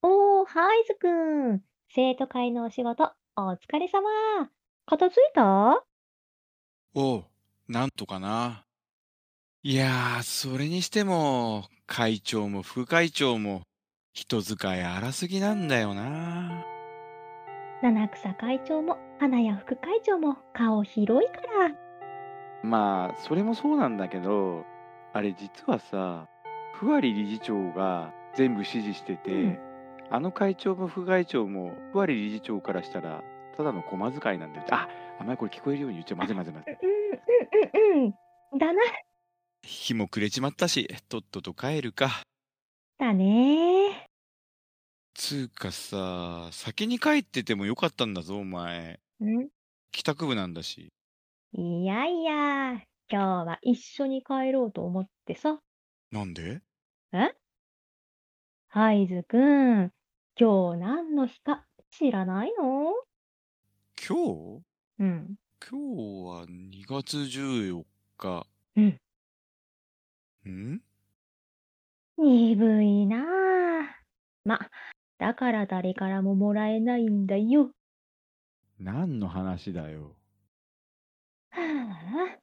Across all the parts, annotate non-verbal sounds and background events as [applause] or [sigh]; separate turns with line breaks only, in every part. ハイズくん。生徒会のお仕事、お疲れ様。片付いた
おう、なんとかな。いやー、それにしても、会長も副会長も、人使い荒すぎなんだよな。
七草会長も、花や副会長も顔広いから。
まあそれもそうなんだけどあれ実はさふわり理事長が全部指示してて、
うん
あの会長も副会長もふわり理事長からしたらただの駒遣いなんだよああんまりこれ聞こえるように言っちゃまずいまずいまずい
うん、うん、うん、うん。だな、
[laughs] 日も暮れちまったし、とっとと帰るか。
だね。
つうかさ、先に帰っててもよかったんだぞ、お前。
うん
帰宅部なんだし。
いやいや、今日は一緒に帰ろうと思ってさ。
なんで
ハイズくん、今日何の日か知らないの
今日
うん。
今日は2月14日。
うん。
ん
鈍いなあ。ま、だから誰からももらえないんだよ。
何の話だよ
はあ。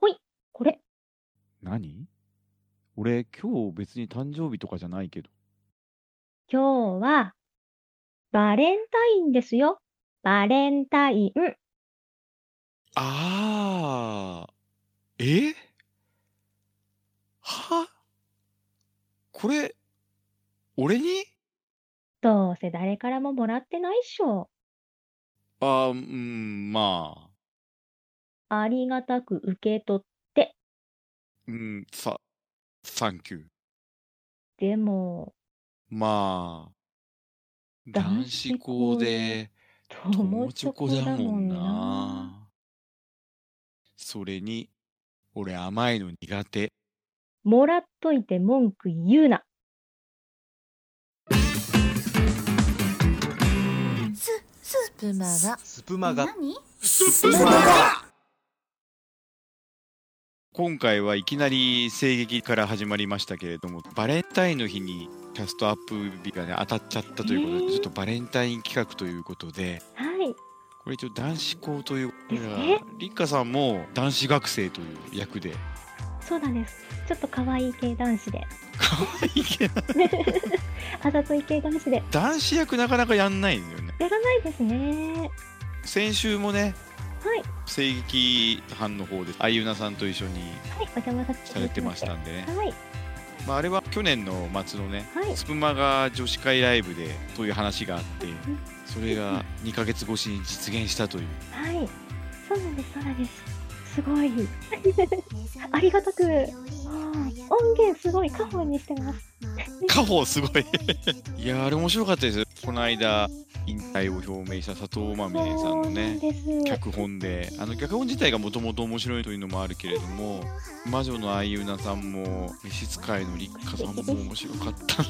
ほい、これ。
何俺今日別に誕生日とかじゃないけど
今日は、バレンタインですよ。バレンタイン。
ああ、えはこれ、俺に
どうせ誰からももらってないっしょ。
あーうん、まあ、
ありがたく受け取っ
うん、さ、サンキュー。
ても、
まあ、男
男
子
子
校
校
で
で、
友
友
チ
チ
ョ
ョ
コ
コ
だ
だ
も
も
ん
んな。
な。それに、俺甘いの苦手。
もらっといて文句言うな。
ススプマガ
スプマガ
何
今回はいきなり声劇から始まりましたけれどもバレンタインの日にキャストアップ日がね当たっちゃったということで、
えー
ちょっとバレンタイン企画ということで
はい。
これ一応男子校という
ですね
りっかさんも男子学生という役で
そうなんです。ちょっと可愛い系男子で。
可愛いけど
あざとい系男子で。
男子役なかなかやんないんだよね
やらないですね。
先週もね
はい。
声劇班の方であゆなさんと一緒に
はい。お邪魔させ
されてましたんでね、
はい。
まあ、あれは去年の末のね、
はい
スプマが女子会ライブでそういう話があってそれが2ヶ月越しに実現したという
はい。そうなんです。そうなんです。すごい。ありがたく。あー音源すごいカホにしてます。
家宝すごいいやーあれ面白かったですよこの間引退を表明した佐藤まみれさんの
そうなん
ね
です。
脚本であの脚本自体がもともと面白いというのもあるけれども魔女のあいうなさんも召使いの立花さんも面白かった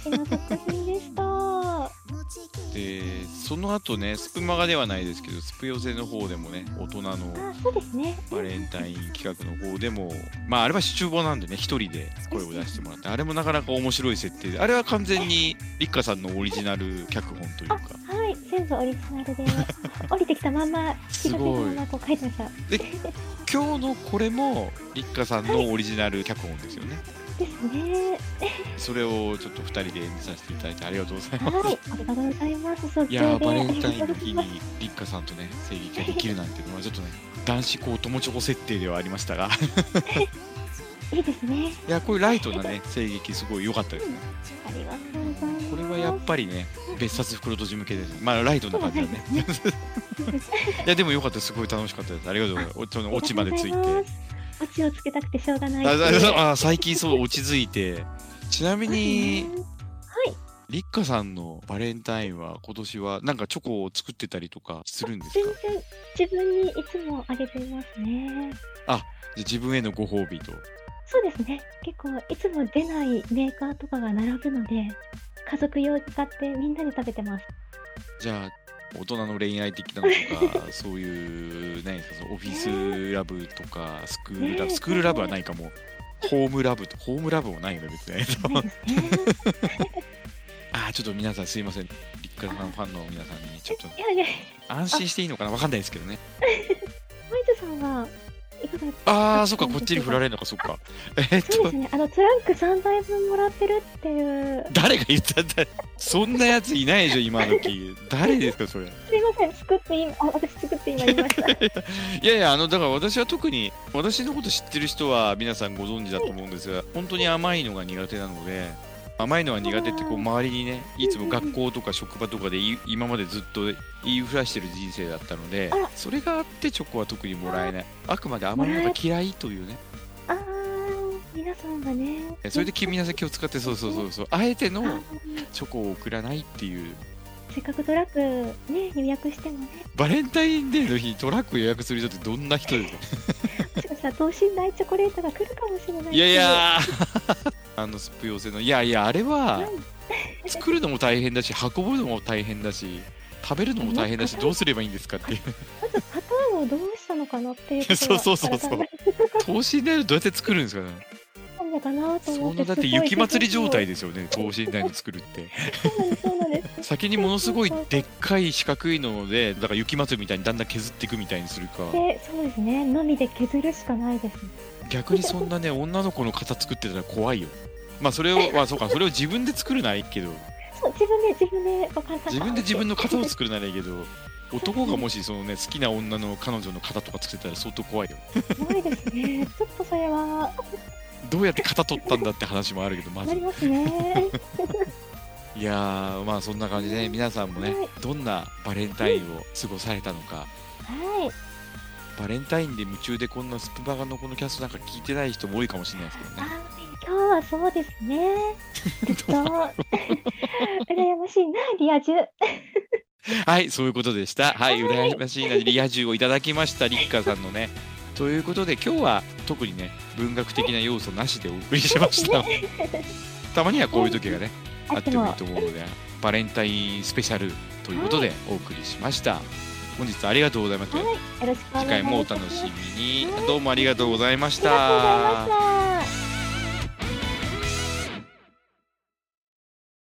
素敵な作品でした。は
でその後ねスプマガではないですけどスプ寄せの方でもね大人の
あ、そうですね。
バレンタイン企画の方でもまああれは厨房なんでね一人で声を出してもらってあれもなかなか面白い設定であれは完全にりっかさんのオリジナル脚本というか
はい、全部オリジナ
[laughs]
ルで降りてきたまんま、
す
気
ご
がつ
い
いたままこう書いてました。
今日のこれもりっかさんのオリジナル脚本ですよね
ですね。
それをちょっと2人で演じさせていただいてありがとうございます
はい、ありがとうございます。即興
い
で。
やーバ
あ
レ
り
ンタイン
がとう
の
ござ
日
います
にりっかさんとね正義ができるなんていうのはちょっとね男子校友チョコ設定ではありましたが
いいですね。
いやこういうライトなね声劇すごい良かったですね
ありがとうございます。
これはやっぱりね別冊袋閉じ向けでまあライトな感じだねいやでもよかったすごい楽しかったですありがとうございますおそのオチまでつ
あ
いて
りがとうござます。オチをつけたくてしょうがない
あ
っていう。
ああ最近そう落ち着いてちなみに
はい
りっかさんのバレンタインは今年はなんかチョコを作ってたりとかするんです
全
か
然自分にいつもあげていますね。
じゃ自分へのご褒美と
そうですね。結構いつも出ないメーカーとかが並ぶので、家族用に買ってみんなで食べてます。
じゃあ大人の恋愛的なのとかそういう何ですかそのオフィスラブとかスクールラブ
ねえ
スクールラブはないかもホームラブとホームラブもないよね別に
ないですね。
あーちょっと皆さんすいませんリックラファンファンの皆さんにちょっと
いやいや、
安心していいのかなわかんないですけどね
マイトさんはいかが
ああそっかこっちに振られるのかそっかえっ
そうで
と
すね、あのトランク3台分もらってるっていう、
誰が言ったんだそんなやついないでしょ今時誰ですかそれ
すいません、作って
[laughs]
今、あ私作って今言いました。
いやいやあのだから私は特に私のこと知ってる人は皆さんご存知だと思うんですが本当に甘いのが苦手なので甘いのが苦手ってこう
うん
周りにねいつも
うんうん
学校とか職場とかで言い今までずっと言いふらしてる人生だったので
あら
それがあってチョコは特にもらえないあくまで甘いのが嫌いというね
あー、皆さんがね。
えそれで君皆さん気を使ってそうそうそうそうあえて
あ
の
ー
チョコを送らないっていう
せっかくトラックね、予約してもね、
バレンタインデーの日にトラック予約する人ってどんな人ですか
もしかしたら等身大チョコレートが来るかもしれない。
いやい、やー [laughs] あのスプ用性のいやいやあれは
うん
作るのも大変だし運ぶのも大変だし食べるのも大変だし
うん
どうすればいいんですかっていう
まずパターンをどうしたのかなっていうところが
[laughs] そうそうそうそ
改
う
めて
等身大のどうやって作るんですかね
なんだかなと思
そ
っ
ん
て
なだって雪祭り状態
で
ですよね等身大の作るって
そうなんですそうなんです
先にものすごいでっかい四角いのでだから雪祭りみたいにだんだん削っていくみたいにするか
でそうですねのみで削るしかないですね
逆にそんなね女の子の型作ってたら怖いよまあそれをまあそうかそれを自分で作るならいいけど
そう自分で自分でわかん
自分で自分の型を
る
作るならいいけど男がもしそのね好きな女の彼女の型とか作ってたら相当怖いよ
ないですねちょっとそれは
どうやって型取ったんだって話もあるけどま
な
[laughs] ず
りますね
いやーまあそんな感じでね皆さんもね
はい
どんなバレンタインを過ごされたのか
はい
バレンタインで夢中でこんなスプバガのこのキャストなんか聞いてない人も多いかもしれないですけど
あ
ね
ー今日はそうですねずっ
[laughs]
と [laughs] 羨ましいなリア充
はいそういうことでしたはい
は
羨ましいなリア充をいただきましたリッカさんのねということで今日は特にね文学的な要素なしでお送りしま [laughs] したたまにはこういう時がねあってもいいと思うのでバレンタインスペシャルということでお送りしました本日はありがとうございました
はいよろしくお願いします
次回もお楽しみにどうもありがとうございまし
ありがとうございま
た
した